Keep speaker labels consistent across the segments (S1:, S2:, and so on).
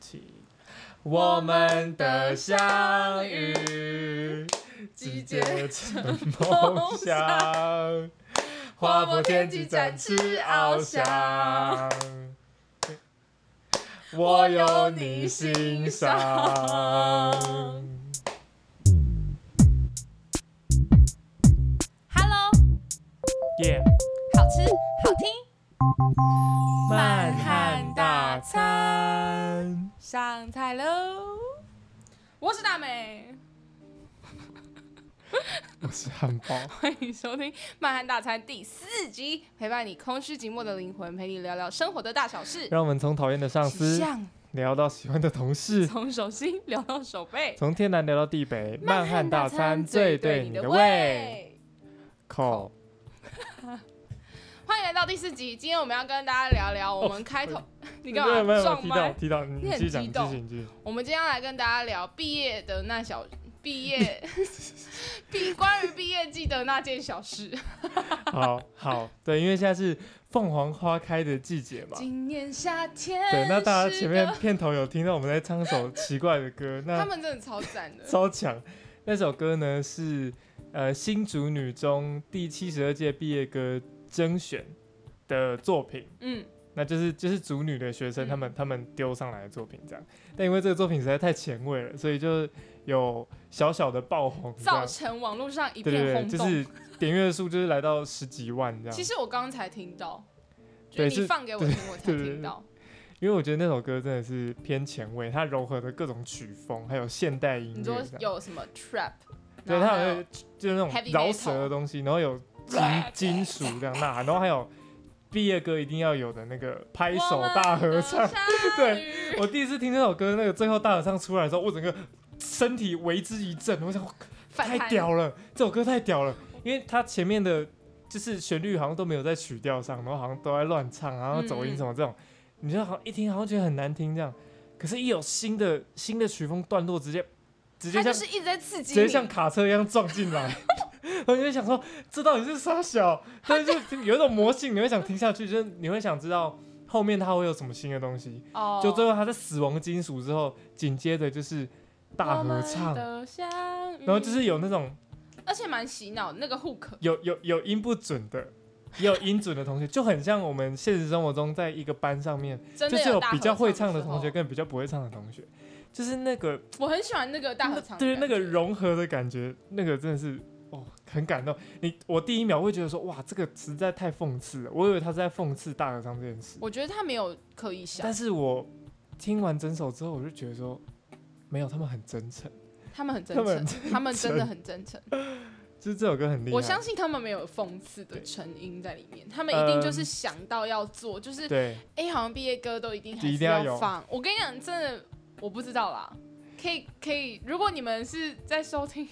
S1: 起。
S2: 我们的相遇，集
S1: 集
S2: 结
S1: 结
S2: 成梦想，划破天际，展翅翱翔。我有你欣赏。
S3: Hello，
S2: 耶！
S3: 好吃好听，
S2: 曼汉大餐，
S3: 上菜喽！
S1: 我是大美，
S2: 我是汉堡。
S3: 欢迎收
S1: 收听《漫汉大餐》第四集，陪伴你空虚寂寞的灵魂，陪你聊聊生活的大小事。
S2: 让我们从讨厌的上司
S1: 像
S2: 聊到喜欢的同事，
S1: 从手心聊到手背，
S2: 从天南聊到地北，曼汉大餐最对你的胃。。口
S1: 欢迎来到第四集，今天我们要跟大家聊聊我们开头， 你干
S2: 哦没有没
S1: 嘛
S2: 有没有
S1: 撞
S2: 提到
S1: 麦？
S2: 提到，你
S1: 你很
S2: 继续讲，
S1: 激
S2: 你继
S1: 动
S2: 续，你继续。
S1: 我们今天要来跟大家聊毕业的那小毕业， 毕关于毕业季的那件小事。
S2: 好好，对，因为现在是凤凰花开的季节嘛。
S1: 今年夏天，
S2: 对，那大家前面片头有听到我们在唱首奇怪的歌，
S1: 他
S2: 那
S1: 们真的超赞的，
S2: 超强。那首歌呢是呃新竹女中第七十二届毕业歌甄选的作品，
S1: 嗯，
S2: 那就是就是竹女的学生他们、他们丢上来的作品这样。但因为这个作品实在太前卫了，所以就有小小的爆红这
S1: 造
S2: 样。
S1: 成网络上一
S2: 对对
S1: 片
S2: 对，
S1: 轰动。
S2: 就是点阅数就是来到十几万这样
S1: 其。实我刚才听到，就
S2: 对
S1: 是你
S2: 是
S1: 放给我听，我才
S2: 对对
S1: 听到。
S2: 因为我觉得那首歌真的是偏前卫，它糅合的各种曲风，还有现代音乐
S1: 你
S2: 这
S1: 说
S2: 样，
S1: 有什么 trap？
S2: 对，
S1: 然
S2: 它
S1: 后
S2: 好
S1: 还有
S2: 像就是那种
S1: heavy
S2: 饶
S1: metal
S2: 舌的东西，然后有金金属这样呐喊，然后还有毕业歌一定要有的那个拍手大合唱。。 对我第一次听这首歌，那个最后大合唱出来的时候，我整个身体为之一震，我想哇
S1: 反
S2: 太
S1: 弹
S2: 屌了，这首歌太屌了，因为它前面的就是旋律好像都没有在曲调上，然后好像都在乱唱，然后走音什么这
S1: 嗯
S2: 种，你就好像一听好像觉得很难听这样，可是，一有新的新的曲风段落，直接直接
S1: 他
S2: 像
S1: 就是一直在刺激
S2: 直
S1: 你
S2: 接，像卡车一样撞进来， 我就会想说这到底是啥小，但是就有一种魔性，你会想听下去，就是你会想知道后面它会有什么新的东西，
S1: 哦
S2: 就最后他在死亡金属之后，紧接着就是大合
S1: 哦
S2: 唱，然后
S1: 后
S2: 就是，有那种
S1: 而且蛮洗脑，那个 hook
S2: 有有有音不准的，也有音准的同学，就很像我们现实生活中在一个班上面，
S1: 真
S2: 就
S1: 的
S2: 是有
S1: 大合
S2: 比较会唱
S1: 的
S2: 的
S1: 时
S2: 同
S1: 候
S2: 学，跟比较不会唱的同学，就是那个
S1: 我很喜欢那个大合唱的感觉，
S2: 对那个融合的感觉，那个真的是。哦，很感动。你我第一秒会觉得说，哇，这个实在太讽刺了。我以为他是在讽刺大合唱这件事，
S1: 我觉得他没有刻意想
S2: 但，是我听完整首之后，我就觉得说，没有，他们很真诚。
S1: 他们很真
S2: 他们
S1: 诚，他们真的很真诚。
S2: 就是这首歌很厉害，
S1: 我相信他们没有讽刺的成因在里面，他们一定就是想到要做，就是
S2: 嗯对，
S1: 哎、好像毕业歌都一定还
S2: 一
S1: 是
S2: 定要有
S1: 要放。我跟你讲，真的我不知道啦。可以可以，如果你们是在收听，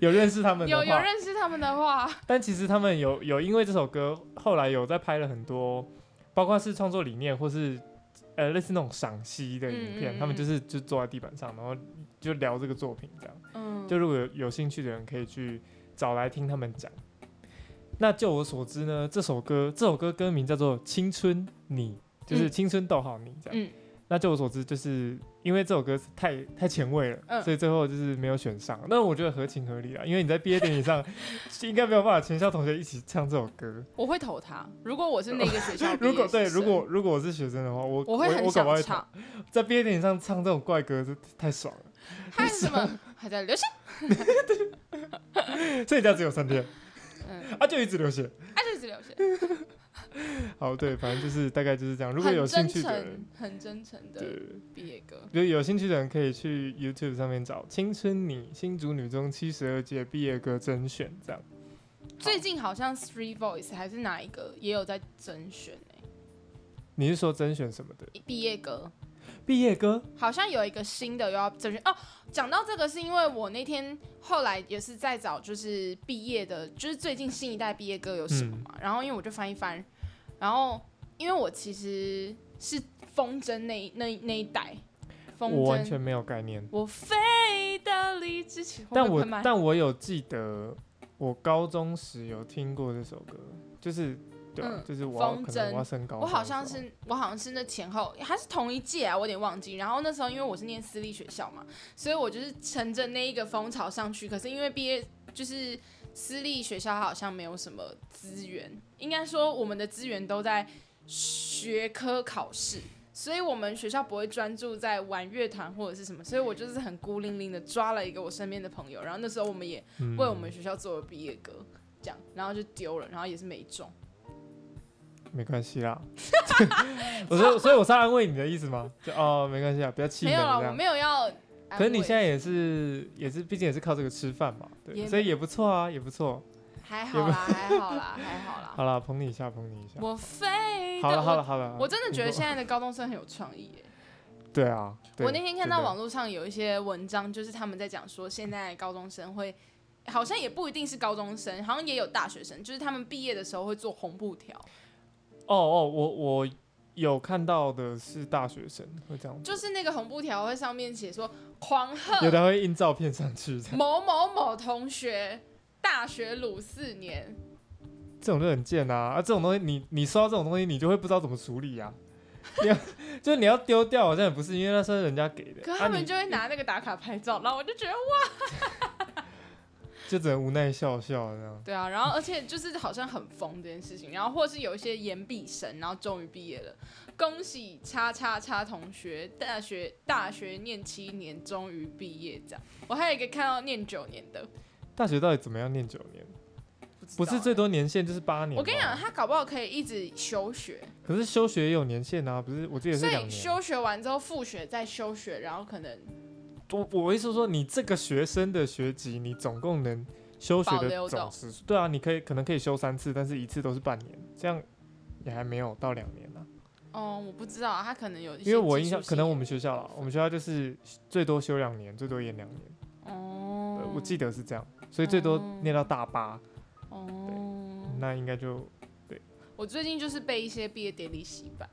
S2: 有认识他们的
S1: 有
S2: 话，
S1: 有认识他们的话，
S2: 但其实他们有有因为这首歌后来有在拍了很多，包括是创作理念或是呃类似那种赏析的影片，
S1: 嗯嗯嗯
S2: 他们就是就坐在地板上，然后就聊这个作品这样。
S1: 嗯，
S2: 就如果有有兴趣的人可以去找来听他们讲。那就我所知呢，这首歌这首歌歌名叫做《青春你》，就是
S1: 嗯
S2: 青春逗号你这样。
S1: 嗯
S2: 那就我所知，就是因为这首歌太太前卫了，
S1: 嗯
S2: 所以最后就是没有选上。那我觉得合情合理啊，因为你在毕业典礼上 应该没有办法全校同学一起唱这首歌。
S1: 我会投他。如果我是那个学校毕 业
S2: 如果对，
S1: 学生
S2: 如果如果我是学生的话，我
S1: 我会很
S2: 我搞不好
S1: 想
S2: 会
S1: 唱，
S2: 在毕业典礼上唱这种怪歌，这太爽了。
S1: 还有 什么还在流行，
S2: 这一家只有三天
S1: 嗯，
S2: 啊，就一直流血。
S1: 还是一直流行，
S2: 好，哦对，反正就是大概就是这样。如果有兴
S1: 很真
S2: 趣的人
S1: 诚，，很真诚
S2: 对，
S1: 的毕业歌。
S2: 如果有兴趣的人可以去 YouTube 上面找《青春你》新竹女中七十二届毕业歌甄选，这样
S1: 最近好像 Three Voice 还是哪一个也有在甄选欸
S2: 你是说甄选什么的
S1: 毕业歌。
S2: 毕业歌？
S1: 好像有一个新的又要甄选哦。讲到这个，是因为我那天后来也是在找，就是毕业的，就是最近新一代毕业歌有什么
S2: 嗯
S1: 嘛。然后因为我就翻一翻，然后因为我其实是风筝那一那一那一代，风
S2: 我完
S1: 筝
S2: 全没有概念，
S1: 我飞到离之前，会
S2: 但
S1: 不会
S2: 我
S1: 喷麦
S2: 但我有记得我高中时有听过这首歌，就是对啊、
S1: 嗯
S2: 就是我要
S1: 风
S2: 可能
S1: 筝
S2: 我要升高中的时候，
S1: 我好像是我好像是那前后还是同一届啊，我有点忘记。然后那时候因为我是念私立学校嘛，所以我就是乘着那一个风潮上去。可是因为毕业就是私立学校好像没有什么资源，应该说我们的资源都在学科考试。所以我们学校不会专注在玩乐团或者是什么，所以我就是很孤零零的抓了一个我身边的朋友，然后那时候我们也
S2: 嗯
S1: 为我们学校做了毕业歌，这样，然后就丢了，然后也是没中。
S2: 没关系 啦。 我说，所以我是安慰你的意思吗？就哦，没关系啊，不要气馁
S1: 没有啦，
S2: 这
S1: 我
S2: 样。
S1: 没有要安慰。
S2: 可是你现在也是也是，毕竟也是靠这个吃饭嘛，
S1: 也
S2: 对，
S1: 没哦
S2: 所以也不错啊，也不错。
S1: 还好啦，还好啦，还好啦。
S2: 好啦，捧你一下，捧你一下。
S1: 我飞的，
S2: 好了，好了，
S1: 我
S2: 好了。
S1: 我真的觉得
S2: 你
S1: 现在的高中生很有创意耶。
S2: 对啊，对
S1: 我那天看到
S2: 真的
S1: 网络上有一些文章，就是他们在讲说，现在高中生会，好像也不一定是高中生，好像也有大学生，就是他们毕业的时候会做红布条，
S2: 哦哦，我我有看到的是大学生会这样，
S1: 就是那个红布条会上面写说狂
S2: 有
S1: 贺
S2: 的会印照片上去，这样
S1: 某某某同学大学鲁四年，
S2: 这种就很贱啊！啊，这种东西你你收到这种东西，你就会不知道怎么处理啊。 你要就是你要丢掉，好像也不是，因为那是人家给的。
S1: 可
S2: 啊
S1: 他们
S2: 你
S1: 就会拿那个打卡拍照，然后我就觉得
S2: 就只能无奈笑笑这样。
S1: 对啊，然后而且就是好像很疯这件事情，然后或是有一些延毕生，然后终于毕业了，恭喜叉叉叉同学，大学大学念七年终于毕业这样。我还有一个看到念九年的，
S2: 大学到底怎么样念九年？
S1: 知道
S2: 不是最多年限就是八年吗。
S1: 我跟你讲，他搞不好可以一直休学，
S2: 可是休学也有年限啊，不是？我记得是
S1: 所
S2: 两
S1: 以
S2: 年。
S1: 休学完之后复学再休学，然后可能
S2: 我我意思说，你这个学生的学籍，你总共能休学
S1: 保
S2: 的
S1: 留
S2: 总
S1: 到
S2: 时数，对啊，你可以可能可以休三次，但是一次都是半年，这样也还没有到两年呢、
S1: 哦，我不知道啊他可能有一些
S2: 因为我
S1: 技
S2: 印
S1: 术
S2: 象，
S1: 性
S2: 可能
S1: 的
S2: 我们学校啦，我们学校就是最多休两年，最多延两年，对
S1: 哦，
S2: 我记得是这样，所以最多
S1: 哦
S2: 念到大八，
S1: 哦，
S2: 那应该就
S1: 我最近就是被一些毕业典礼洗版，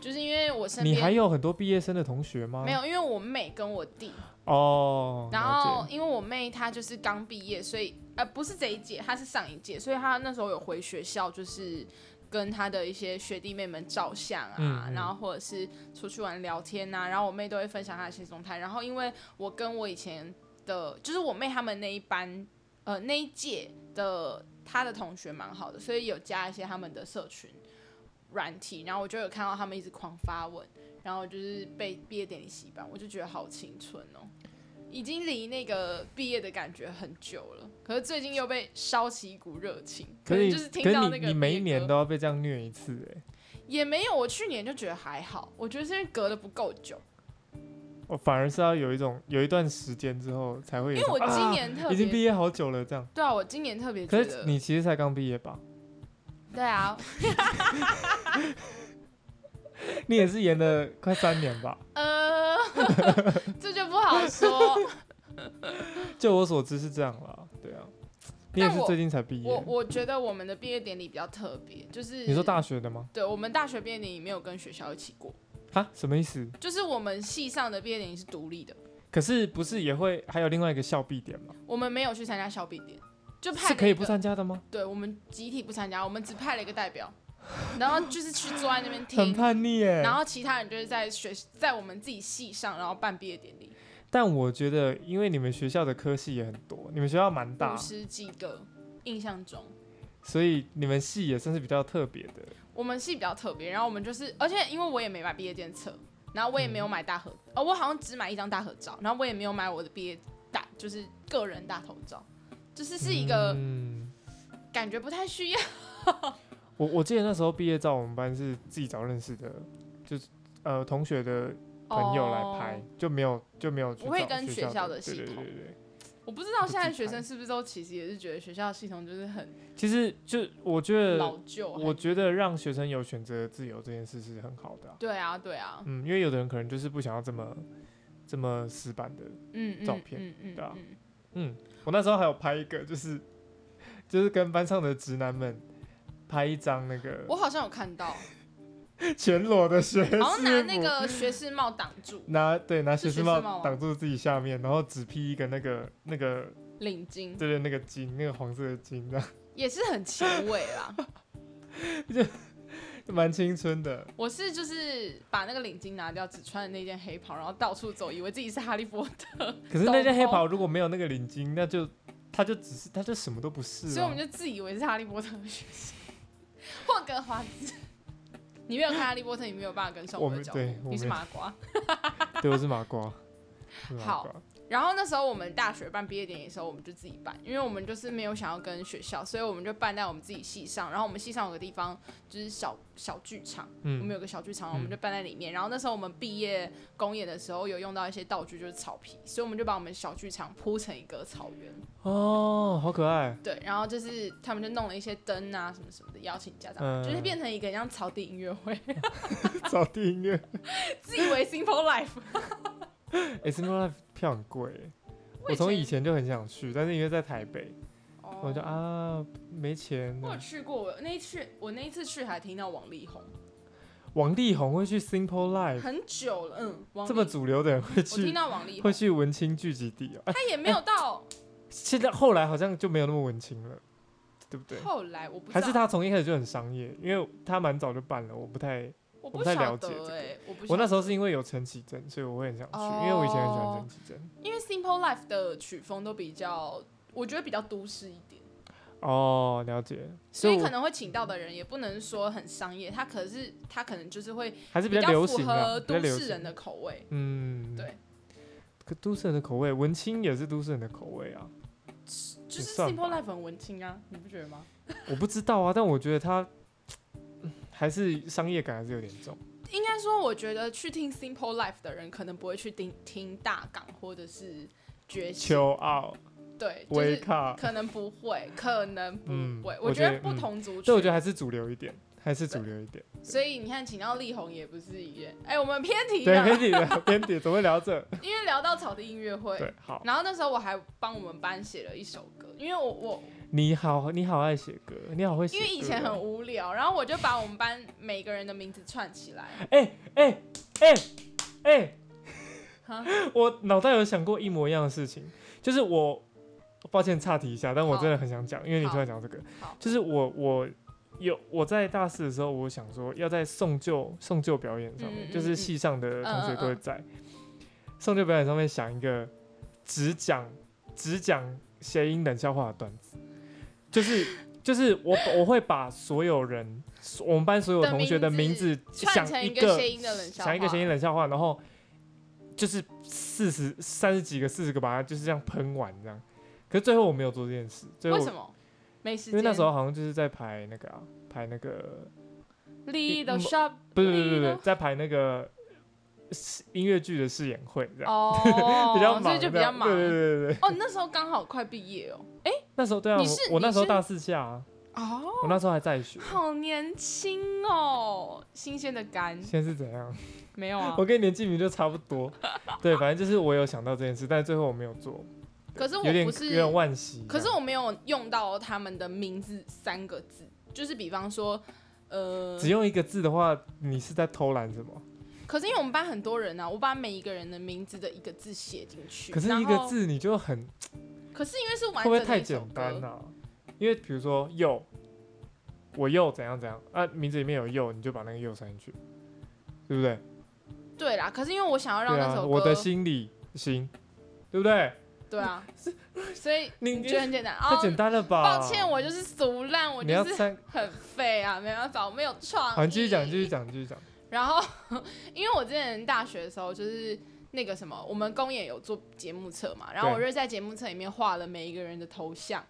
S1: 就是因为我身
S2: 你还
S1: 边。
S2: 有很多毕业生的同学吗？
S1: 没有，因为我妹跟我弟，
S2: 啊哦，
S1: 然
S2: 了
S1: 后
S2: 解
S1: 因为我妹她就是刚毕业，所以呃不是这一届，她是上一届，所以她那时候有回学校，就是跟她的一些学弟妹们照相啊，
S2: 嗯嗯
S1: 然后或者是出去玩聊天呐、然后我妹都会分享她的一些动态。然后因为我跟我以前的，就是我妹他们那一班，呃那一届的她的同学蛮好的，所以有加一些他们的社群软体，然后我就有看到他们一直狂发文，然后就是被毕业典礼洗版，我就觉得好青春哦。已经离那个毕业的感觉很久了，可是最近又被烧起一股热情，
S2: 可
S1: 能
S2: 是
S1: 就是
S2: 你
S1: 听
S2: 可
S1: 到
S2: 是
S1: 那
S2: 你
S1: 个
S2: 你每一
S1: 毕业歌
S2: 年都要被这样虐一次哎、
S1: 也没有，我去年就觉得还好，我觉得是因为隔得不够久，
S2: 我哦反而是要有一种有一段时间之后才会有
S1: 因
S2: 一
S1: 为
S2: 种，
S1: 我今
S2: 啊、
S1: 年特
S2: 已经毕
S1: 别，
S2: 业好久了这样。
S1: 对啊，我今年特别觉
S2: 可是
S1: 得，
S2: 你其实才刚毕业吧？
S1: 对啊，
S2: 你也是延了快三年吧？
S1: 呃， 这就不好说。
S2: 就我所知是这样啦，对啊。你也
S1: 但
S2: 是
S1: 我
S2: 最近才毕
S1: 我
S2: 业？
S1: 我觉得我们的毕业典礼比较特别，就是
S2: 你说大学的吗？
S1: 对，我们大学毕业典礼没有跟学校一起过，
S2: 啊，什么意思？
S1: 就是我们系上的毕业典礼是独立的，
S2: 可是不是也会还有另外一个校毕点吗？
S1: 我们没有去参加校毕典，就派
S2: 是
S1: 了
S2: 可以
S1: 一
S2: 不
S1: 个
S2: 参加的吗？
S1: 对，我们集体不参加，我们只派了一个代表，然后就是去坐在那边
S2: 很
S1: 听，
S2: 叛逆耶。
S1: 然后其他人就是在学在我们自己系上，然后办毕业典礼，
S2: 但我觉得，因为你们学校的科系也很多，你们学校蛮大
S1: 五，十几个，印象中。
S2: 所以你们系也算是比较特别的。
S1: 我们系比较特别，然后我们就是，而且因为我也没买毕业监册，然后我也没有买大合，哦，我好像只买一张大合照，然后我也没有买我的毕业大，就是个人大头照，就是是一个
S2: 嗯
S1: 感觉不太需要，
S2: 我我记得那时候毕业照，我们班是自己找认识的，就是呃同学的朋友来拍，
S1: 哦
S2: 就没有就没有去
S1: 不会
S2: 找
S1: 跟学校
S2: 校
S1: 的系
S2: 对对
S1: 统
S2: 对对对
S1: 我不知道现在
S2: 不自拍
S1: 学生是不是都其实也是觉得学校系统就是很
S2: 其实就我觉得
S1: 老，旧，
S2: 我
S1: 很
S2: 觉得让学生有选择自由这件事是很好的啊、
S1: 对啊对啊，
S2: 嗯，因为有的人可能就是不想要这么这么死板的。
S1: 嗯嗯
S2: 照片
S1: 嗯嗯
S2: 对啊
S1: 嗯
S2: 嗯，我那时候还有拍一个，就是就是跟班上的直男们拍一张那个
S1: 我好像有 看到，
S2: 全裸的学士
S1: 然后拿那
S2: 服
S1: 个学士帽挡住
S2: 拿对拿学
S1: 是
S2: 士
S1: 学士帽
S2: 帽
S1: 吗嗯
S2: 挡住自己下面，然后只披一个那个那个
S1: 领巾，
S2: 对对那个巾那个黄色的巾这样。
S1: 也是很前卫啦，
S2: 蛮青春的。
S1: 我是就是把那个领巾拿掉，只穿那件黑袍，然后到处走，以为自己是哈利波特，
S2: 可是那件
S1: 斗篷
S2: 黑袍如果没有那个领巾，那就他就只是他就什么都不是、啊。
S1: 所以我们就自以为是哈利波特的学生。霍格华兹，你没有看哈利波特，你没有办法跟上
S2: 我
S1: 我的
S2: 们
S1: 脚步
S2: 对我，
S1: 你是
S2: 们
S1: 麻瓜。
S2: 对我是麻瓜。我 是麻
S1: 好
S2: 瓜，
S1: 然后那时候我们大学办毕业典礼的时候，我们就自己办，因为我们就是没有想要跟学校，所以我们就办在我们自己系上。然后我们系上有个地方就是小小剧场，我
S2: 嗯
S1: 们有个小剧场，我们
S2: 嗯
S1: 就办在里面。然后那时候我们毕业公演的时候有用到一些道具，就是草皮，所以我们就把我们小剧场铺成一个草原。
S2: 哦，好可 爱。
S1: 对，然后就是他们就弄了一些灯啊什么什么的，邀请家长，
S2: 嗯
S1: 就是变成一个很像草地音乐会，
S2: 找地音 乐，
S1: 自以为 Simple Life。
S2: 哎、s i m p l e Life 票很贵欸。 我从以前就很想去，但是因为在台北，
S1: 哦
S2: 我就啊没钱
S1: 我有
S2: 了。
S1: 去过，我那一次我那一次去还听到王力宏，
S2: 王力宏会去 Simple Life，
S1: 很久了，嗯，王力
S2: 这么主流的人会
S1: 我听
S2: 去，
S1: 到王力宏
S2: 会，去文青聚集地哦、哎，
S1: 他也没有到
S2: 现在后来好像就没有那么文青了，对 不对？
S1: 后来，我不知
S2: 还
S1: 道
S2: 是他从一开始就很商业，因为他蛮早就办了，我不太
S1: 我
S2: 我不
S1: 不
S2: 太
S1: 晓
S2: 了解这
S1: 得
S2: 个
S1: 哎、我不哦
S2: 我那
S1: 晓
S2: 时候是因为有陈绮贞，所以我会很想去，因为我以前很喜欢陈绮贞。
S1: 因为 Simple Life 的曲风都比较，我觉得比较都市一点。
S2: 哦，了解，
S1: 所以
S2: 我
S1: 可能会请到的人也不能说很商业，他可是他可能就是会
S2: 还是比
S1: 比
S2: 较流
S1: 较符
S2: 行啊，
S1: 合
S2: 比较
S1: 都
S2: 流
S1: 市
S2: 行
S1: 人。的口味。
S2: 嗯，
S1: 对。
S2: 可都市人的口味，文青也是都市人的口味 啊。
S1: 就是
S2: 算
S1: Simple
S2: 吧
S1: Life 很文青啊，你不觉得吗？
S2: 我不知道啊，但我觉得他嗯还是商业感还是有点重。
S1: 应该说，我觉得去听 Simple Life 的人，可能不会去听听大港或者是觉醒，
S2: 秋奥、
S1: 对，就
S2: 威
S1: 是
S2: 卡，
S1: 可能不会，可能不
S2: 嗯
S1: 会。
S2: 我
S1: 觉
S2: 觉得
S1: 得不
S2: 嗯
S1: 同族
S2: 对，我觉
S1: 群，
S2: 得还嗯是主流一点，还是主流一点。
S1: 所以你看，请到力宏也不是一件。哎、我们偏题
S2: 对，
S1: 了，
S2: 偏题 了，偏题，怎么会聊这？
S1: 因为聊到草地音乐会，
S2: 对，好，
S1: 然后那时候我还帮我们班写了一首歌，因为我我
S2: 你好，你好爱写歌，你好会写
S1: 因
S2: 歌哦。
S1: 为以前很无聊，然后我就把我们班每个人的名字串起来，
S2: 哎哎哎哎
S1: 哈，
S2: 我脑袋有想过一模一样的事情，就是我，抱歉岔题一下，但我真的很想讲，因为你突然讲到这个
S1: 好，
S2: 就是我我有我在大四的时候，我想说要在送旧送旧表演上面，
S1: 嗯嗯嗯
S2: 就是系上的同学都会在、送旧表演上面想一个只讲只讲谐音冷笑话的段子，就是。就是我我会把所有人，我们班所有
S1: 的
S2: 同学的名
S1: 名字
S2: 字
S1: 串
S2: 想
S1: 成
S2: 一
S1: 个
S2: 个
S1: 谐音的冷笑话，
S2: 想一个谐音冷笑话，然后就是四十三十几个、四十个把它就是这样喷完这样。可是最后我没有做这件事，最后
S1: 为
S2: 我
S1: 什么？没时间，
S2: 因为那时候好像就是在排那个啊，排那个
S1: Little
S2: 嗯
S1: Shop
S2: 不是不是不是不
S1: 那
S2: 是
S1: 个
S2: 在排那个音乐剧的试演会这样，
S1: 哦
S2: ，比较忙这
S1: 所
S2: 样，
S1: 以就比较忙。
S2: 对对对对对，
S1: 哦，你那时候刚好快毕业哦，
S2: 那时候对啊，
S1: 你是
S2: 我我那
S1: 你
S2: 时候
S1: 是
S2: 大四下啊，
S1: 哦，
S2: 我那时候还在学。
S1: 好年轻哦，新鲜的肝
S2: 现在是怎样？
S1: 没有啊
S2: 我？跟你年纪名就差不多， 对，反正就是我有想到这件事，但是最后我没有做，
S1: 可是我
S2: 有点
S1: 不
S2: 有
S1: 是
S2: 点惋惜。
S1: 可
S2: 这
S1: 是
S2: 样
S1: 我没有用到他们的名字三个字，就是比方说，呃，
S2: 只用一个字的话，你是在偷懒什么？
S1: 可是因为我们班很多人啊，我把每一个人的名字的一个字写进去，
S2: 可是一
S1: 然
S2: 个
S1: 后，
S2: 字你就很
S1: 可是因为是
S2: 会
S1: 完
S2: 不
S1: 整
S2: 会
S1: 的
S2: 太
S1: 一首
S2: 简单啊
S1: 歌
S2: 了、因为比如说又，我又怎样怎样啊，名字里面有又，你就把那个又删去，对不对？
S1: 对啦，可是因为我想要让
S2: 对
S1: 那
S2: 啊，
S1: 首歌，
S2: 我的心里心，对不对？
S1: 对 啊，所以
S2: 你
S1: 你觉得很简单
S2: 太
S1: 啊？
S2: 简单了吧？
S1: 抱歉，我就是俗烂，我
S2: 你要
S1: 就是
S2: 删，
S1: 很废啊，没办法，我没有创意。
S2: 好，你继续讲，继续。讲，继续讲。
S1: 然后， 因为我之前大学的时候，就是那个什么，我们公演有做节目册嘛，然后我就在节目册里面画了每一个人的头像，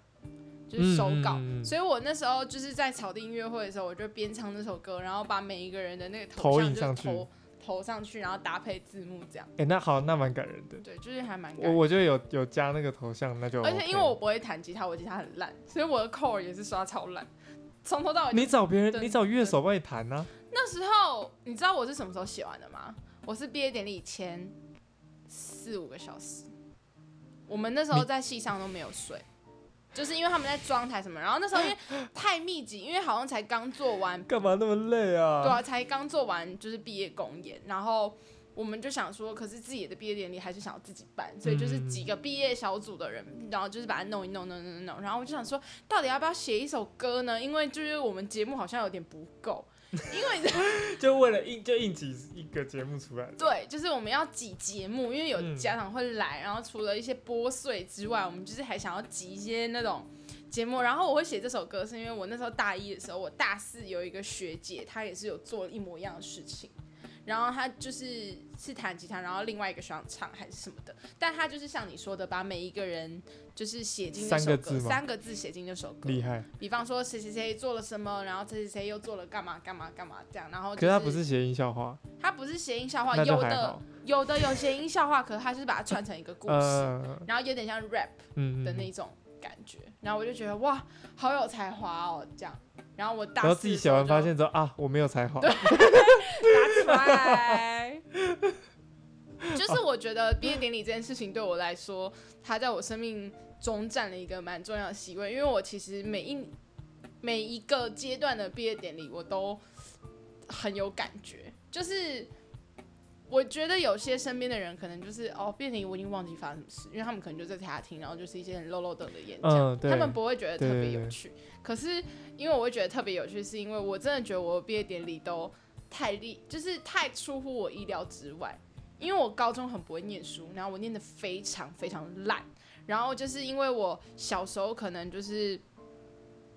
S1: 就是手稿。
S2: 嗯嗯嗯嗯
S1: 所以我那时候就是在草地音乐会的时候，我就边唱这首歌，然后把每一个人的那个
S2: 投
S1: 头
S2: 影
S1: 像就是
S2: 上去
S1: 投投上去，然后搭配字幕这样。
S2: 哎、那好，那蛮感人的。
S1: 对，就是还蛮感
S2: 我
S1: 人。
S2: 我就有有加那个头像，那就、OK。
S1: 而且因为我不会弹吉他，我吉他很烂，所以我的扣儿也是刷超烂，从头到尾就
S2: 你找别人，
S1: 对
S2: 你找乐手帮你弹啊。
S1: 那时候你知道我是什么时候写完的吗？我是毕业典礼前四五个小时，我们那时候
S2: 你
S1: 在戏上都没有睡，就是因为他们在装台什么。然后那时候因为太密集，因为好像才刚做完，
S2: 干嘛那么累啊？
S1: 对啊，才刚做完就是毕业公演，然后我们就想说，可是自己的毕业典礼还是想要自己办，所以就是
S2: 嗯
S1: 几个毕业小组的人，然后就是把它弄一弄，弄弄弄弄。然后我就想说，到底要不要写一首歌呢？因为就是我们节目好像有点不够，因为
S2: 就为了应就应急一个节目出来。
S1: 对，就是我们要挤节目，因为有
S2: 嗯
S1: 家长会来，然后除了一些播碎之外，我们就是还想要挤一些那种节目。然后我会写这首歌，是因为我那时候大一的时候，我大四有一个学姐，她也是有做一模一样的事情。然后她就是是弹吉他，然后另外一个学长唱还是什么的，但她就是像你说的，把每一个人就是写进那
S2: 三
S1: 首
S2: 个
S1: 歌，
S2: 字吗
S1: 三个字写进那首歌。
S2: 厉害，
S1: 比方说谁谁谁做了什么，然后谁谁谁又做了干嘛干嘛干嘛这样，然后、
S2: 可
S1: 就是
S2: 他不是谐音笑话，
S1: 它不是谐音笑话，
S2: 那就
S1: 有
S2: 还
S1: 的
S2: 好。
S1: 有的有谐音笑话，可是它就是把它串成一个故事，
S2: 呃，
S1: 然后有点像 rap
S2: 嗯，嗯
S1: 的
S2: 嗯
S1: 那种感觉。然后我就觉得哇，好有才华哦，这样。然后我大
S2: 然后
S1: 四
S2: 自己
S1: 的
S2: 写
S1: 时候
S2: 完发
S1: 就
S2: 现之后啊，我没有才华。
S1: 拜。就是我觉得毕业典礼这件事情对我来说，它在我生命中占了一个蛮重要的席位，因为我其实每一每一个阶段的毕业典礼，我都很有感觉，就是。我觉得有些身边的人可能就是哦，毕业典礼我已经忘记发生什么事，因为他们可能就在家听，然后就是一些很 low low 的演讲，
S2: 嗯，对，
S1: 他们不会觉得特别
S2: 对对对
S1: 有趣。可是因为我会觉得特别有趣，是因为我真的觉得我毕业典礼都太厉，就是太出乎我意料之外。因为我高中很不会念书，然后我念的非常非常烂，然后就是因为我小时候可能就是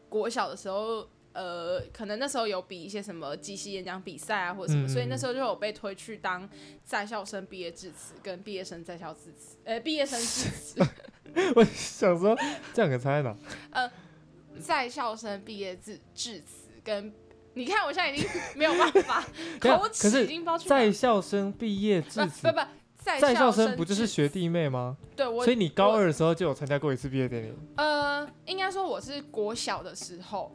S1: 国小的时候。呃，可能那时候有比一些什么即席演讲比赛啊，或者什
S2: 嗯
S1: 么，
S2: 嗯
S1: 所以那
S2: 嗯
S1: 时候就有被推去当在校生毕业致辞跟毕业生在校致辞，呃，毕业生致辞，
S2: 我想说这两个差在哪？
S1: 在校生毕业致致辞跟。你看，我现在已经没有办法，
S2: 等一下
S1: 口
S2: 啊可
S1: 齿
S2: 是
S1: 已经包去哪
S2: 在校生毕业致
S1: 不
S2: 辞
S1: 不，不，在
S2: 在校
S1: 生
S2: 生不就是
S1: 致
S2: 学弟妹吗？
S1: 对我
S2: 所以你高
S1: 我
S2: 二的时候就有参加过一次毕业典礼。
S1: 呃，应该说我是国小的时候，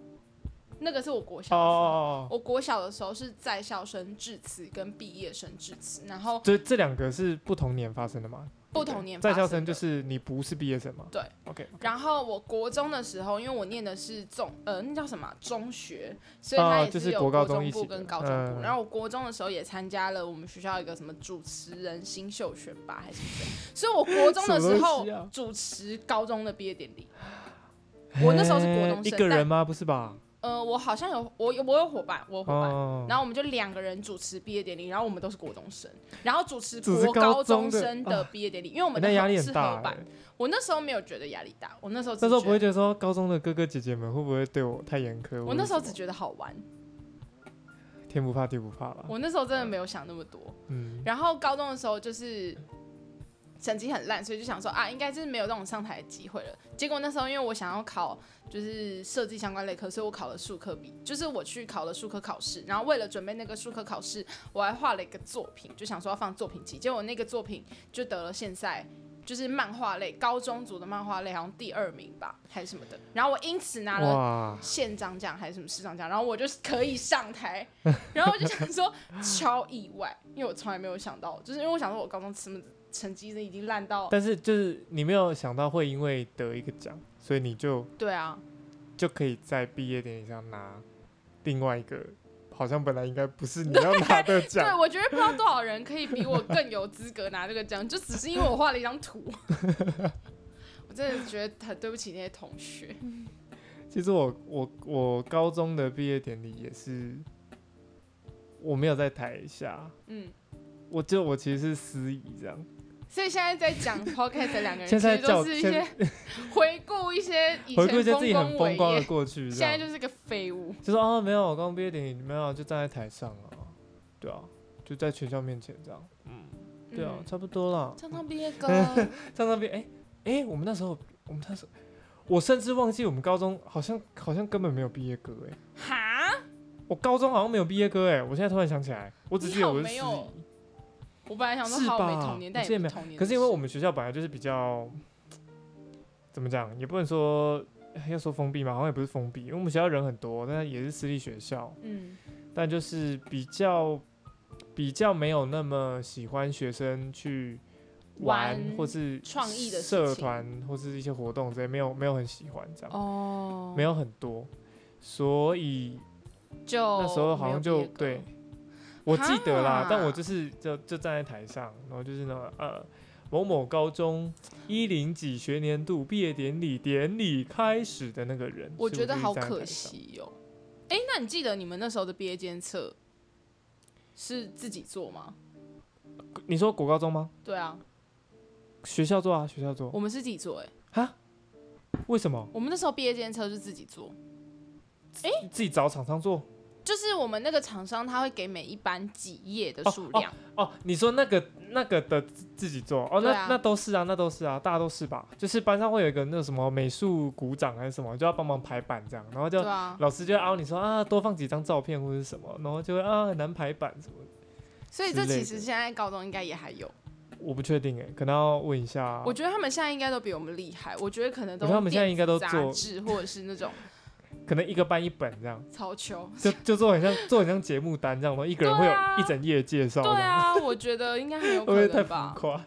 S1: 那个是我国小
S2: 哦
S1: 的时候
S2: 哦哦
S1: 我国小的时候是在校生致辞跟毕业生致辞，然后
S2: 哦，所以这两个是不同年发生的吗？
S1: 不同年
S2: 在
S1: 发
S2: 校
S1: 生
S2: 生就
S1: 的
S2: 是你不是毕业生吗？
S1: 对
S2: ，OK，
S1: 然后我国中的时候，因为我念的是中呃那叫什么啊中学，所以
S2: 哦
S1: 它也
S2: 就是
S1: 有
S2: 国高中
S1: 中
S2: 一
S1: 部
S2: 起的
S1: 跟高中部。
S2: 嗯
S1: 然后我国中的时候也参加了我们学校一个什么主持人新秀选拔还是什么的，所以我国中的时
S2: 什么
S1: 候
S2: 东西啊
S1: 主持高中的毕业典礼。我那时候是国
S2: 嘿
S1: 中
S2: 一
S1: 生
S2: 个
S1: 但
S2: 人吗？不是吧？
S1: 呃，我好像有我有我有伙伴，我有伙伴。
S2: 哦，
S1: 然后我们就两个人主持毕业典礼，然后我们都是国中生，然后主持
S2: 主持
S1: 国
S2: 高
S1: 高
S2: 中
S1: 中
S2: 的
S1: 生的毕业典礼，因为我们
S2: 那
S1: 的
S2: 压
S1: 合
S2: 力
S1: 是
S2: 很大
S1: 合
S2: 欸
S1: 办。我那时候没有觉得压力大，我那时候只
S2: 那时候
S1: 觉
S2: 不
S1: 得
S2: 会觉得说高中的哥哥姐姐们会不会对我太严苛？
S1: 我那时候
S2: 或
S1: 只
S2: 者什
S1: 觉得好玩，
S2: 么天不怕地不怕啦。
S1: 我那时候真的没有想那么多。
S2: 嗯，
S1: 然后高中的时候就是成绩很烂，所以就想说啊，应该就是没有这种上台的机会了。结果那时候因为我想要考就是设计相关类科，所以我考了数科比，就是我去考了数科考试。然后为了准备那个数科考试，我还画了一个作品，就想说要放作品集。结果那个作品就得了现在。就是漫画类，高中组的漫画类好像第二名吧，还是什么的。然后我因此拿了
S2: 哇，
S1: 县长奖还是什么市长奖，然后我就可以上台， 然后我就想说超意外，因为我从来没有想到，就是因为我想说我高中什么成绩已经烂到，
S2: 但是就是你没有想到会因为得一个奖，所以你就
S1: 对啊，
S2: 就可以在毕业典礼上拿另外一个好像本来应该不是你要拿的
S1: 对
S2: 奖。
S1: 我觉得不知道多少人可以比我更有资格拿这个奖，就只是因为我画了一张图， 我真的觉得很对不起那些同学，
S2: 其实我我我高中的毕业典礼也是，我没有在台下，
S1: 嗯，
S2: 我就我其实是司仪这样。
S1: 所以现在在讲 podcast 的两个人，其
S2: 现在
S1: 实都
S2: 叫
S1: 是一些 回顾一些以
S2: 回顾一
S1: 前
S2: 下自己很
S1: 丰
S2: 风
S1: 功
S2: 光
S1: 伟
S2: 的
S1: 业，
S2: 过去，
S1: 现
S2: 这样
S1: 在就是个废物，
S2: 就说哦，没有，我刚毕业典礼没有，就站在台上啊，对啊，就在全校面前这样，对啊，
S1: 嗯，
S2: 差不多啦。
S1: 唱唱毕业 歌。
S2: 在那边，哎、哎、我们那时候，我们那时候，我甚至忘记我们高中好像好像根本没有毕业歌哎、
S1: 哈，
S2: 我高中好像没有毕业歌哎、我现在突然想起来，我只
S1: 你
S2: 记得
S1: 好
S2: 我是
S1: 没
S2: 司
S1: 有
S2: 仪，
S1: 我本来想说
S2: 是
S1: 好
S2: 吧
S1: 没童年，但
S2: 我记得
S1: 也
S2: 没
S1: 不
S2: 有
S1: 童年的事。
S2: 可是因为我们学校本来就是比较，怎么讲，也不能说要说封闭嘛，好像也不是封闭，因为我们学校人很多，但是也是私立学校，
S1: 嗯
S2: 但就是比较比较没有那么喜欢学生去玩
S1: 玩
S2: 或是
S1: 创意的事
S2: 社
S1: 情
S2: 团或是一些活动之类，没有没有很喜欢这样，
S1: 哦
S2: 没有很多，所以
S1: 就
S2: 那时候好像
S1: 哦没
S2: 就
S1: 有毕业歌
S2: 对，我记得啦
S1: 哈，
S2: 但我就是就就站在台上，然后就是那种呃某某高中一零几学年度毕业典礼典礼开始的那个人，
S1: 我
S2: 是
S1: 觉得
S2: 就是
S1: 好
S2: 站在
S1: 可
S2: 台上。
S1: 惜哦、哎、那你记得你们那时候的毕业监测是自己做吗？
S2: 你说国高中吗？
S1: 对啊，
S2: 学校做啊，学校做
S1: 我们是自己做、哎，
S2: 啊？为什么？
S1: 我们那时候毕业监测是自己做，
S2: 自己找厂商做？
S1: 就是我们那个厂商他会给每一班几页的数量，
S2: 哦，你说那个那个的自自己做哦，那、
S1: 对啊
S2: 那都是啊，那都是啊，大家都是吧？就是班上会有一个那什么美术鼓掌还是什么，就要帮忙排版这样，然后就
S1: 对啊，
S2: 老师就会凹你说啊，多放几张照片或者是什么，然后就会啊很难排版什么的，
S1: 所以这
S2: 之类
S1: 其
S2: 的
S1: 实现在高中应该也还有，
S2: 我不确定哎，可能要问一下。
S1: 我觉得他们现在应该都比我们厉害，我觉得可能
S2: 我
S1: 都
S2: 觉得他们现在应该都
S1: 电子杂
S2: 做，
S1: 志或者是那种
S2: 可能一个班一本这 样，
S1: 超球，
S2: 就就做很像做很像节目单这样，然后一个人会有
S1: 对啊
S2: 一整页介绍这
S1: 对
S2: 样，
S1: 啊，我觉得应该很有
S2: 会不
S1: 可
S2: 会太
S1: 能
S2: 浮
S1: 吧，
S2: 夸？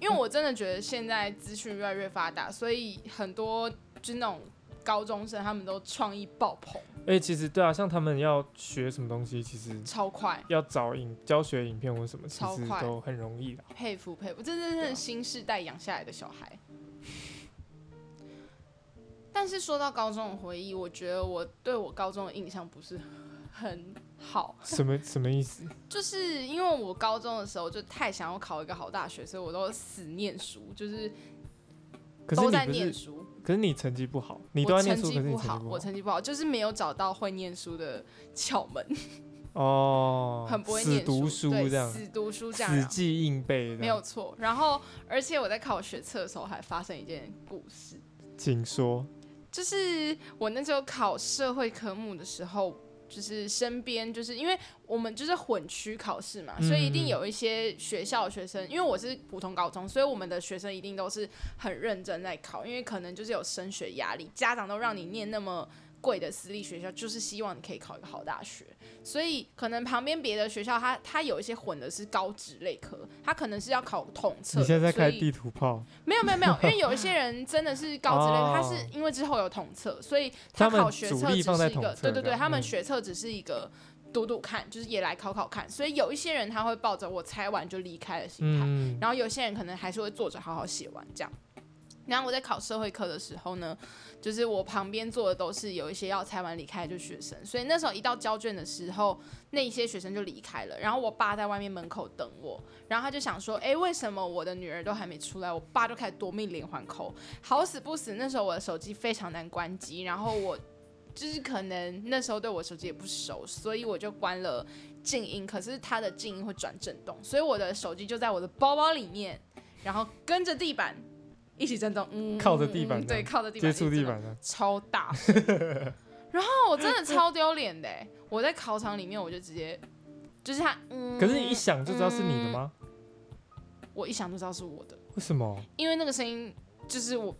S1: 因为我真的觉得现在资讯越来越发达，所以很多就是那种高中生他们都创意爆棚，
S2: 哎，其实对啊，像他们要学什么东西，其实
S1: 超快，
S2: 要找影教学影片或什么，其
S1: 超
S2: 实
S1: 快
S2: 都很容易啦。
S1: 佩服佩服，这真的是新世代养下来的小孩。 但是说到高中的回忆，我觉得我对我高中的印象不是很好，
S2: 什么什么意 思？
S1: 就是因为我高中的时候就太想要考一个好大学，所以我都死念书，就是
S2: 可是
S1: 都
S2: 你
S1: 在
S2: 不是，
S1: 念书。
S2: 可是你成绩不好，你都
S1: 我
S2: 在念
S1: 成
S2: 书，可
S1: 绩
S2: 是你
S1: 不
S2: 成绩
S1: 好，我成绩不好，就是没有找到会念书的窍门，
S2: 哦，
S1: 很不会
S2: 死
S1: 念
S2: 读书
S1: 对
S2: 这样，
S1: 死读书这样，
S2: 死
S1: 然后
S2: 记硬背，
S1: 没有，错。然后，而且我在考学测的时候还发生一件故事，
S2: 请说。
S1: 就是我那时候考社会科目的时候，就是身边就是因为我们就是混区考试嘛，
S2: 嗯
S1: 所以一定有一些学校的学生，因为我是普通高中，所以我们的学生一定都是很认真在考，因为可能就是有升学压力，家长都让你念那么。贵的私立学校就是希望你可以考一个好大学，所以可能旁边别的学校它它有一些混的是高职类科，它可能是要考统测的。
S2: 你现在在开
S1: 所以
S2: 地图炮，
S1: 没有没有没有， 因为有一些人真的是高职类，
S2: 哦
S1: 他是因为之后有统测，所以
S2: 他们
S1: 考学
S2: 主
S1: 测
S2: 力
S1: 只
S2: 放在
S1: 是一
S2: 统
S1: 个
S2: 测
S1: 对对
S2: 这
S1: 对，
S2: 样
S1: 他们
S2: 嗯
S1: 学测只是一个赌赌看，就是也来考考看，所以有一些人他会抱着我猜完就离开的心态，
S2: 嗯，
S1: 然后有些人可能还是会坐着好好写完这样。然后我在考社会课的时候呢，就是我旁边坐的都是有一些要拆完离开的就学生，所以那时候一到交卷的时候，那一些学生就离开了。然后我爸在外面门口等我，然后他就想说，哎，为什么我的女儿都还没出来？我爸就开始夺命连环扣，好死不死，那时候我的手机非常难关机，然后我就是可能那时候对我手机也不熟，所以我就关了静音，可是它的静音会转震动，所以我的手机就在我的包包里面，然后跟着地板一起震动，嗯，
S2: 靠着地板
S1: 嗯嗯对，靠着地板
S2: 接触
S1: 一起
S2: 地
S1: 震动
S2: 板啊的，
S1: 超大声，然后我真的超丢脸的欸，我在考场里面我就直接就是他，嗯，
S2: 可是你一想就知道是你的吗？
S1: 我一想就知道是我的，
S2: 为什么？
S1: 因为那个声音就是我。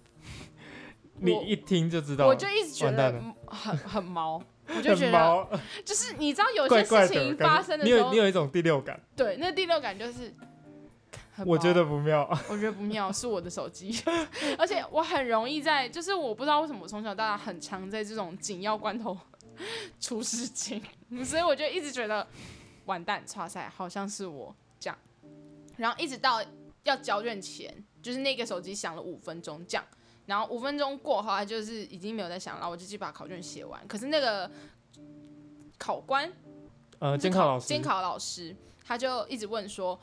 S2: 你
S1: 我
S2: 一听就知道了，
S1: 我就一直觉
S2: 完
S1: 得
S2: 蛋了
S1: 嗯很很毛， 我就觉
S2: 很
S1: 得
S2: 毛
S1: 就是你知道有
S2: 怪
S1: 些
S2: 怪
S1: 事
S2: 的
S1: 情
S2: 感觉
S1: 发生的
S2: 你
S1: 时
S2: 有
S1: 候
S2: 你，有一种第六感，
S1: 对，那第六感就是。很
S2: 我
S1: 毛
S2: 觉得不妙。
S1: 我觉得不妙，是我的手机， 而且我很容易在，就是我不知道为什么我从小到大很常在这种紧要关头 出事情，所以我就一直觉得完蛋，哇塞，好像是我这样，然后一直到要交卷前，就是那个手机响了五分钟这样，然后五分钟过后，它就是已经没有在响了，然后我就去把考卷写完，可是那个考官
S2: 呃，
S1: 是
S2: 监考老师，
S1: 监考老师，他就一直问说，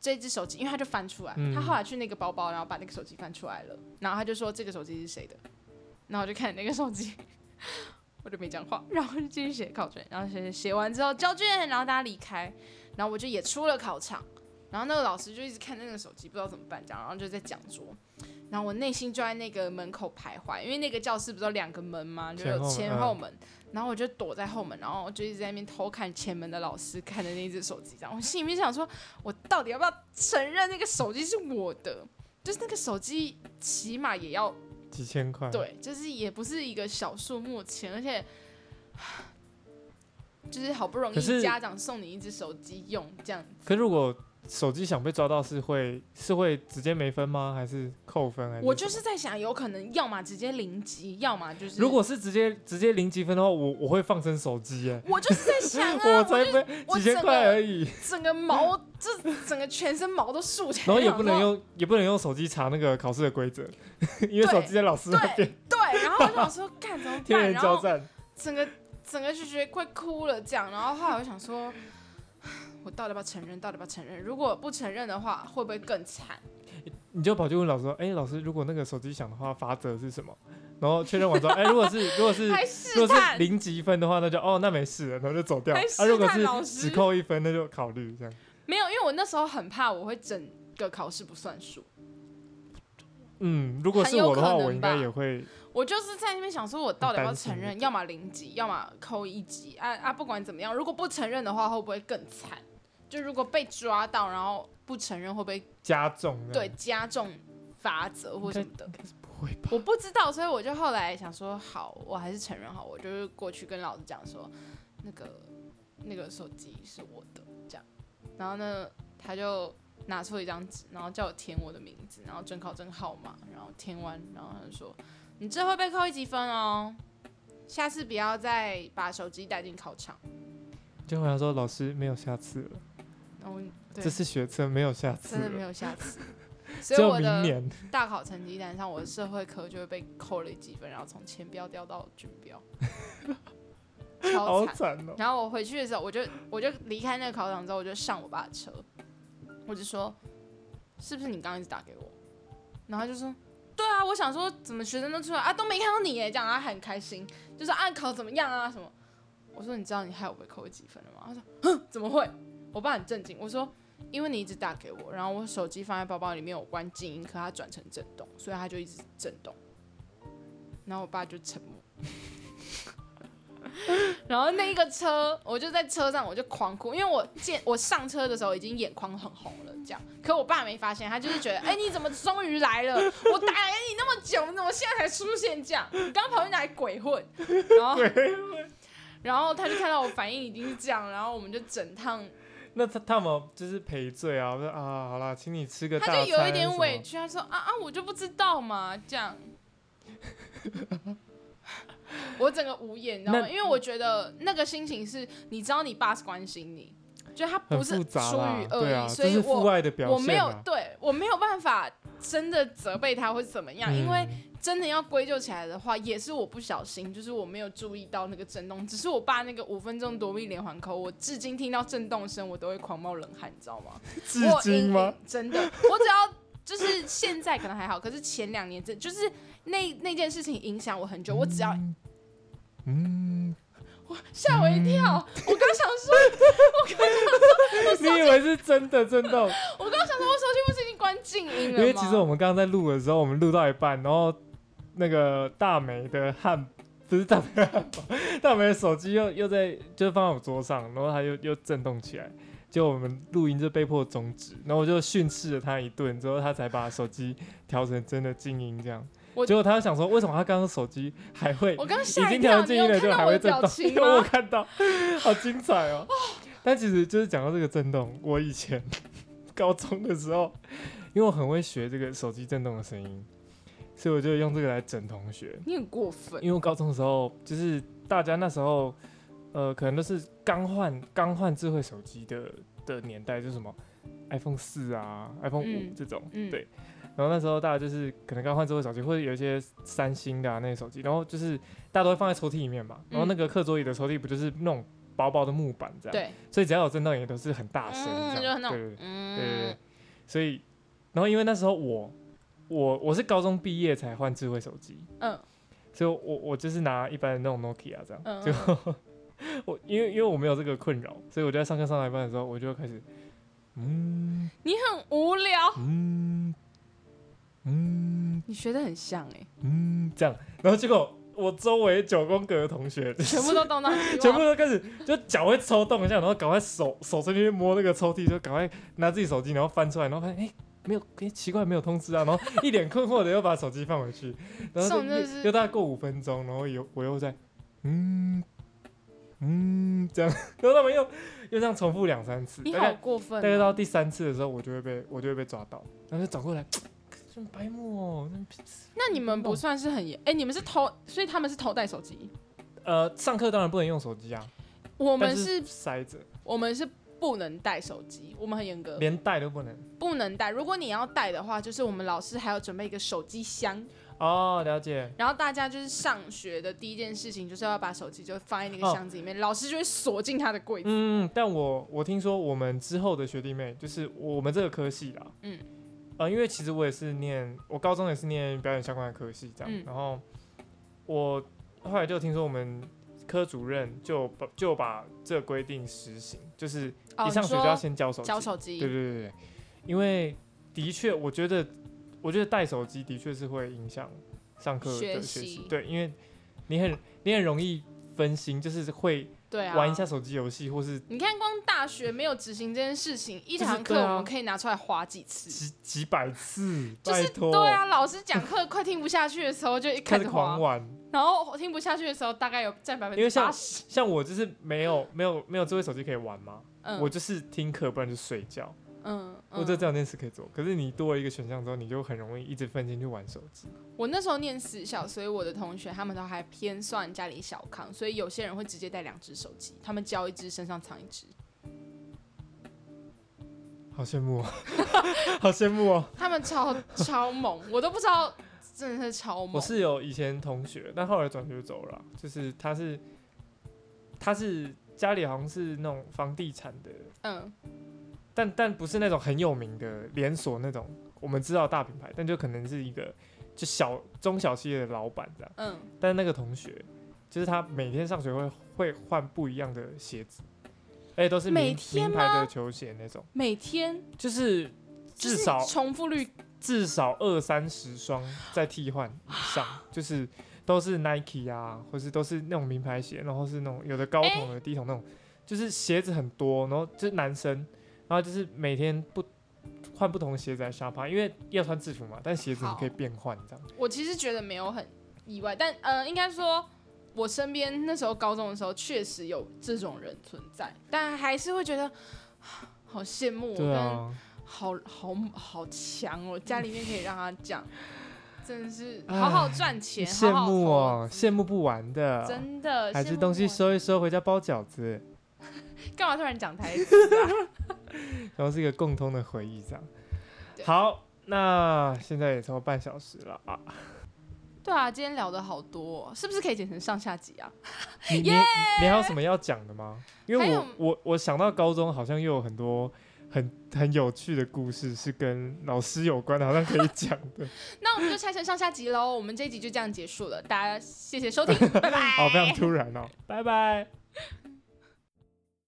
S1: 这只手机，因为他就翻出来，
S2: 嗯
S1: 他后来去那个包包，然后把那个手机翻出来了，然后他就说这个手机是谁的，然后我就看那个手机， 我就没讲话，然后就继续写考卷，然后写写写完之后交卷，然后大家离开，然后我就也出了考场，然后那个老师就一直看那个手机，不知道怎么办，这样，然后就在讲桌。然后我内心就在那个门口徘徊，因为那个教室不是有两个门吗？就
S2: 前后门
S1: 有前
S2: 嗯
S1: 后门，然后我就躲在后门，然后我就一直在那边偷看前门的老师看的那只手机，这样我心里面想说，我到底要不要承认那个手机是我的？就是那个手机起码也要
S2: 几千块，，
S1: 对，就是也不是一个小数目钱，而且 就是好不容
S2: 可是
S1: 易家长送你一只手机用这样，
S2: 可如果手机响被抓到是会是会直接没分吗？还是扣分？还是
S1: 我
S2: 什
S1: 就
S2: 么
S1: 是在想，有可能要么直接零级，要么就是
S2: 如果是直接直接零积分的话，我我会放生手机耶、
S1: 我就是在 想啊，
S2: 我
S1: 我
S2: 才
S1: 就
S2: 被
S1: 我
S2: 几千
S1: 整
S2: 块
S1: 个
S2: 而已，
S1: 整个毛，这整个全身毛都竖起
S2: 然
S1: 来，
S2: 后也不能
S1: 用。
S2: 用也不能用手机查那个考试的规则， 因为手机在老师那边，
S1: 对，然后我就想说，干怎么
S2: 天
S1: 办？
S2: 人
S1: 然
S2: 交
S1: 后
S2: 战。
S1: 整个整个就觉得快哭了这样，然后后来我想说，我到底要不要承认？到底要不要承认？如果不承认的话，会不会更惨？
S2: 你就跑去问老师说：“哎、老师，如果那个手机响的话，罚则是什么？”然后确认完之后，哎、如果是如果是
S1: 还
S2: 如
S1: 试
S2: 果是
S1: 探，
S2: 零积分的话，那就哦那没事了，然后就走掉。
S1: 还
S2: 啊，
S1: 试
S2: 如果
S1: 探
S2: 是
S1: 老师
S2: 只扣一分，那就考虑这样。
S1: 没有，因为我那时候很怕我会整个考试不算数。
S2: 嗯，如果
S1: 很
S2: 是
S1: 有
S2: 我的话，
S1: 可能
S2: 我应该
S1: 吧
S2: 也会
S1: 我就是在那边想说，我到底要不要
S2: 担心
S1: 承认？要么零级，要么扣一级。啊啊，不管怎么样，如果不承认的话，会不会更惨？就如果被抓到，然后不承认，会不会
S2: 加重这
S1: 对
S2: 样。
S1: 加重罚则或什么的？
S2: 不会吧？
S1: 我不知道，所以我就后来想说，好，我还是承认好，我就是过去跟老师讲说，那个那个手机是我的，这样。然后呢，他就拿出一张纸，然后叫我填我的名字，然后准考证号码，然后填完，然后他就说，你这会被扣一级分哦，下次不要再把手机带进考场。
S2: 就好像说老师没有下次了，
S1: 然后对
S2: 这，次学测没有下次
S1: 真的没
S2: 了，
S1: 有下次。所
S2: 只
S1: 以
S2: 有
S1: 我
S2: 明
S1: 的
S2: 年。
S1: 大考成绩单上，我的社会科就会被扣了几分，然后从前标掉到军标，
S2: 好
S1: 超惨。
S2: 惨哦！
S1: 然后我回去的时候，我就我就离开那个考场之后，我就上我爸的车，我就说，是不是你刚刚一直打给我？然后他就说，对啊，我想说怎么学生都出来啊，都没看到你耶，这样他很开心，就说啊考怎么样啊什么。我说你知道你害我被扣了几分了吗？他说，哼，怎么会？我爸很震惊。我说，因为你一直打给我，然后我手机放在包包里面，我关静音，可它转成震动，所以它就一直震动。然后我爸就沉默。 然后那一个车，我就在车上，我就狂哭，因为我见我上车的时候已经眼眶很红了，这样。可我爸没发现，他就是觉得，哎、你怎么终于来了？我打给你那么久，你怎么现在才出现？这样，你刚跑去哪里鬼混？然后，然后他就看到我反应已经是这样，然后我们就整趟
S2: 那他他们就是赔罪啊，我说啊，好啦，请你吃个大
S1: 他
S2: 餐
S1: 就有一
S2: 什
S1: 点
S2: 么
S1: 委屈，他说啊啊，我就不知道嘛，这样。我整个无言，你知道吗？
S2: 那
S1: 因为我觉得那个心情是，你知道你爸是关心你，就他
S2: 很
S1: 不是
S2: 复
S1: 出
S2: 杂啦
S1: 于恶
S2: 对
S1: 意，
S2: 啊，
S1: 所以
S2: 这是父
S1: 我
S2: 爱的表现、啊。
S1: 我没有对我没有办法真的责备他或是怎么样，因为
S2: 嗯
S1: 真的要归咎起来的话，也是我不小心，就是我没有注意到那个震动，只是我爸那个五分钟夺命连环扣，我至今听到震动声我都会狂冒冷汗，你知道吗？
S2: 至
S1: 我
S2: 今吗？？
S1: 真的，我只要就是现在可能还好，可是前两年真就是那那件事情影响我很久。我只要
S2: 嗯，
S1: 吓我一跳，我刚想说，
S2: 你以为是真的震动？
S1: 我刚想说，我手机不是已经关静音
S2: 因
S1: 了吗？
S2: 为其实我们刚刚在录的时候，我们录到一半，然后那个大美的汉 不是大美的汉堡，大美的手机又又在就放在我桌上，然后它又又震动起来，就我们录音就被迫终止，然后我就训斥了他一顿，之后他才把手机调成真的静音这样。
S1: 我
S2: 结果他想说，为什么他刚刚手机还会
S1: 我刚
S2: 已
S1: 吓一
S2: 经
S1: 跳，
S2: 调
S1: 你
S2: 静
S1: 有
S2: 音了，
S1: 看
S2: 就
S1: 到
S2: 还
S1: 我
S2: 会
S1: 的
S2: 震
S1: 表
S2: 动？因
S1: 情
S2: 为 我
S1: 吗？
S2: 看到，好精彩哦！但其实就是讲到这个震动，我以前高中的时候，因为我很会学这个手机震动的声音，所以我就用这个来整同学。
S1: 你很过分，
S2: 因为我高中的时候，就是大家那时候，呃，可能都是刚换刚换智慧手机的的年代，就是什么 iPhone 四啊、iPhone 五
S1: 嗯
S2: 这种，
S1: 嗯
S2: 对。然后那时候大家就是可能刚换智慧手机，或者有一些三星的啊那些手机，然后就是大家都会放在抽屉里面嘛。然后那个课桌椅的抽屉不就是那种薄薄的木板这样，，
S1: 嗯对，
S2: 所以只要有震动也都是很大声
S1: 嗯，
S2: 这
S1: 就
S2: 样，
S1: 是那
S2: 对对
S1: 种
S2: 对，对对对
S1: 嗯，，
S2: 所以然后因为那时候我我我是高中毕业才换智慧手机，
S1: 嗯，
S2: 所以我我就是拿一般的那种 Nokia 这样，
S1: 嗯
S2: 就 我因为因为我没有这个困扰，所以我就在上课上到一半的时候，我就开始，嗯
S1: 你很无聊，
S2: 嗯嗯
S1: 你学的很像哎，
S2: 嗯这样，然后结果我周围九宫格的同学
S1: 全部都动到希 望
S2: 全部都开始就脚会抽动一下，然后赶快手手伸进去摸那个抽屉，就赶快拿自己手机，然后翻出来，然后发 现哎、诶没有，哎、奇怪没有通知啊，然后一脸困惑的又把手机放回去，然后就
S1: 这种真的
S2: 又
S1: 是
S2: 又大概过五分钟，然后又我又在嗯嗯这样，然后他们又又这样重复两三次，
S1: 你
S2: 大
S1: 好
S2: 概
S1: 过分
S2: 大
S1: 哦、
S2: 概到第三次的时候，我就会被我就会被抓到，然后就走过来，这么白目哦、
S1: 那你们不算是很严，哎、你们是偷，所以他们是偷带手机，
S2: 呃，上课当然不能用手机啊，
S1: 我
S2: 我
S1: 们是，
S2: 塞着，
S1: 我们是不能带手机，我们很严格，
S2: 连带都不能。
S1: 不能带。如果你要带的话，就是我们老师还要准备一个手机箱，
S2: 哦，了解。
S1: 然后大家就是上学的第一件事情就是要把手机就放在那个
S2: 哦
S1: 箱子里面，老师就会锁进他的柜子。
S2: 嗯，但我我听说我们之后的学弟妹，就是我们这个科系啦，
S1: 嗯
S2: 嗯，呃，因为其实我也是念，我高中也是念表演相关的科系，这样，
S1: 嗯
S2: 然后我后来就听说我们科主任就把就把这个规定实行，就是
S1: 哦，
S2: 一上学就要先交手机，
S1: 你说交手
S2: 对对
S1: 机，
S2: 对对，对因为的确，我觉得我觉得带手机的确是会影响上课的
S1: 学
S2: 学
S1: 习
S2: 习，对，因为你很你很容易分心，就是会
S1: 对啊，
S2: 玩一下。手机游戏或是。
S1: 你看，光大学没有执行这件事情，一堂课
S2: 对啊
S1: 我们可以拿出来花几次。
S2: 几几百次，
S1: 就是
S2: 拜托，
S1: 对啊，老师讲课快听不下去的时候就一
S2: 开
S1: 开
S2: 始
S1: 始
S2: 狂
S1: 滑，
S2: 玩。
S1: 然后听不下去的时候大概有占百分
S2: 因为
S1: 之
S2: 像
S1: 八十。
S2: 像我就是没有没有没有智慧手机可以玩嘛，
S1: 嗯
S2: 我就是听课，不然就睡觉，
S1: 嗯，
S2: 我就
S1: 嗯
S2: 这两件事可以做。可是你多了一个选项之后，你就很容易一直分心去玩手机。
S1: 我那时候念私校，所以我的同学他们都还偏算家里小康，所以有些人会直接带两只手机，他们交一只，身上藏一只。
S2: 好羡 慕哦，好羡慕哦！
S1: 他们超超猛，我都不知道，真的是超猛。
S2: 我是有以前同学，但后来转学走了啦，就是他是他是家里好像是那种房地产的，
S1: 嗯，
S2: 但但不是那种很有名的连锁那种，我们知道大品牌，但就可能是一个就小中小企业的老板这样。
S1: 嗯，
S2: 但那个同学，就是他每天上学会会换不一样的鞋子，而且都是
S1: 每
S2: 名
S1: 天
S2: 名
S1: 吗
S2: 牌的球鞋那种，
S1: 每天
S2: 就是
S1: 就
S2: 至
S1: 是
S2: 少
S1: 重复率
S2: 至少二三十双在替换以上，
S1: 啊
S2: 就是都是 Nike 啊，或是都是那种名牌鞋，然后是那种有的高筒、有的低筒那种，就是鞋子很多，然后就是男生，然后就是每天不换不同的鞋子来沙发，因为要穿制服嘛，但鞋子你可以变换这样。
S1: 我其实觉得没有很意外，但呃，应该说，我身边那时候高中的时候确实有这种人存在，但还是会觉得啊好羡慕哦，
S2: 对啊，
S1: 跟好好好强哦，家里面可以让他这样， 真的是
S2: 唉
S1: 好好赚钱，
S2: 羡
S1: 好好
S2: 慕哦
S1: 投，资
S2: 羡慕不完的。
S1: 真的，
S2: 还
S1: 羡
S2: 是
S1: 慕
S2: 东西
S1: 不完
S2: 收一收，回家包饺子，
S1: 干嘛突然讲台词啊？
S2: 然后是一个共通的回忆这样
S1: 对。
S2: 好，那现在也超过半小时了啊。
S1: 对啊，今天聊的好多、哦，是不是可以剪成上下集啊？
S2: 你你你还有什么要讲的吗？因
S1: 还
S2: 为
S1: 有
S2: 我我我想到高中好像又有很多很很有趣的故事是跟老师有关的，好像可以讲 的。
S1: 那我们就拆成上下集喽，我 们
S2: 哦
S1: 这一集就这样结束了，大家谢谢收听，拜拜。
S2: 好，非常突然哦，拜拜。